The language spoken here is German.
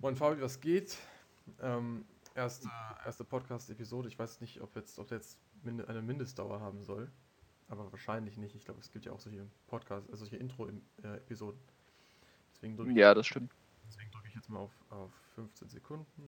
Moin Fabi, was geht? Ähm, erste erste Podcast-Episode. Ich weiß nicht, ob jetzt, ob der jetzt minde- eine Mindestdauer haben soll. Aber wahrscheinlich nicht. Ich glaube, es gibt ja auch solche Podcasts, also solche Intro-Episoden. Deswegen drücke ich, Ja, das stimmt. deswegen drück ich jetzt mal auf, auf 15 Sekunden.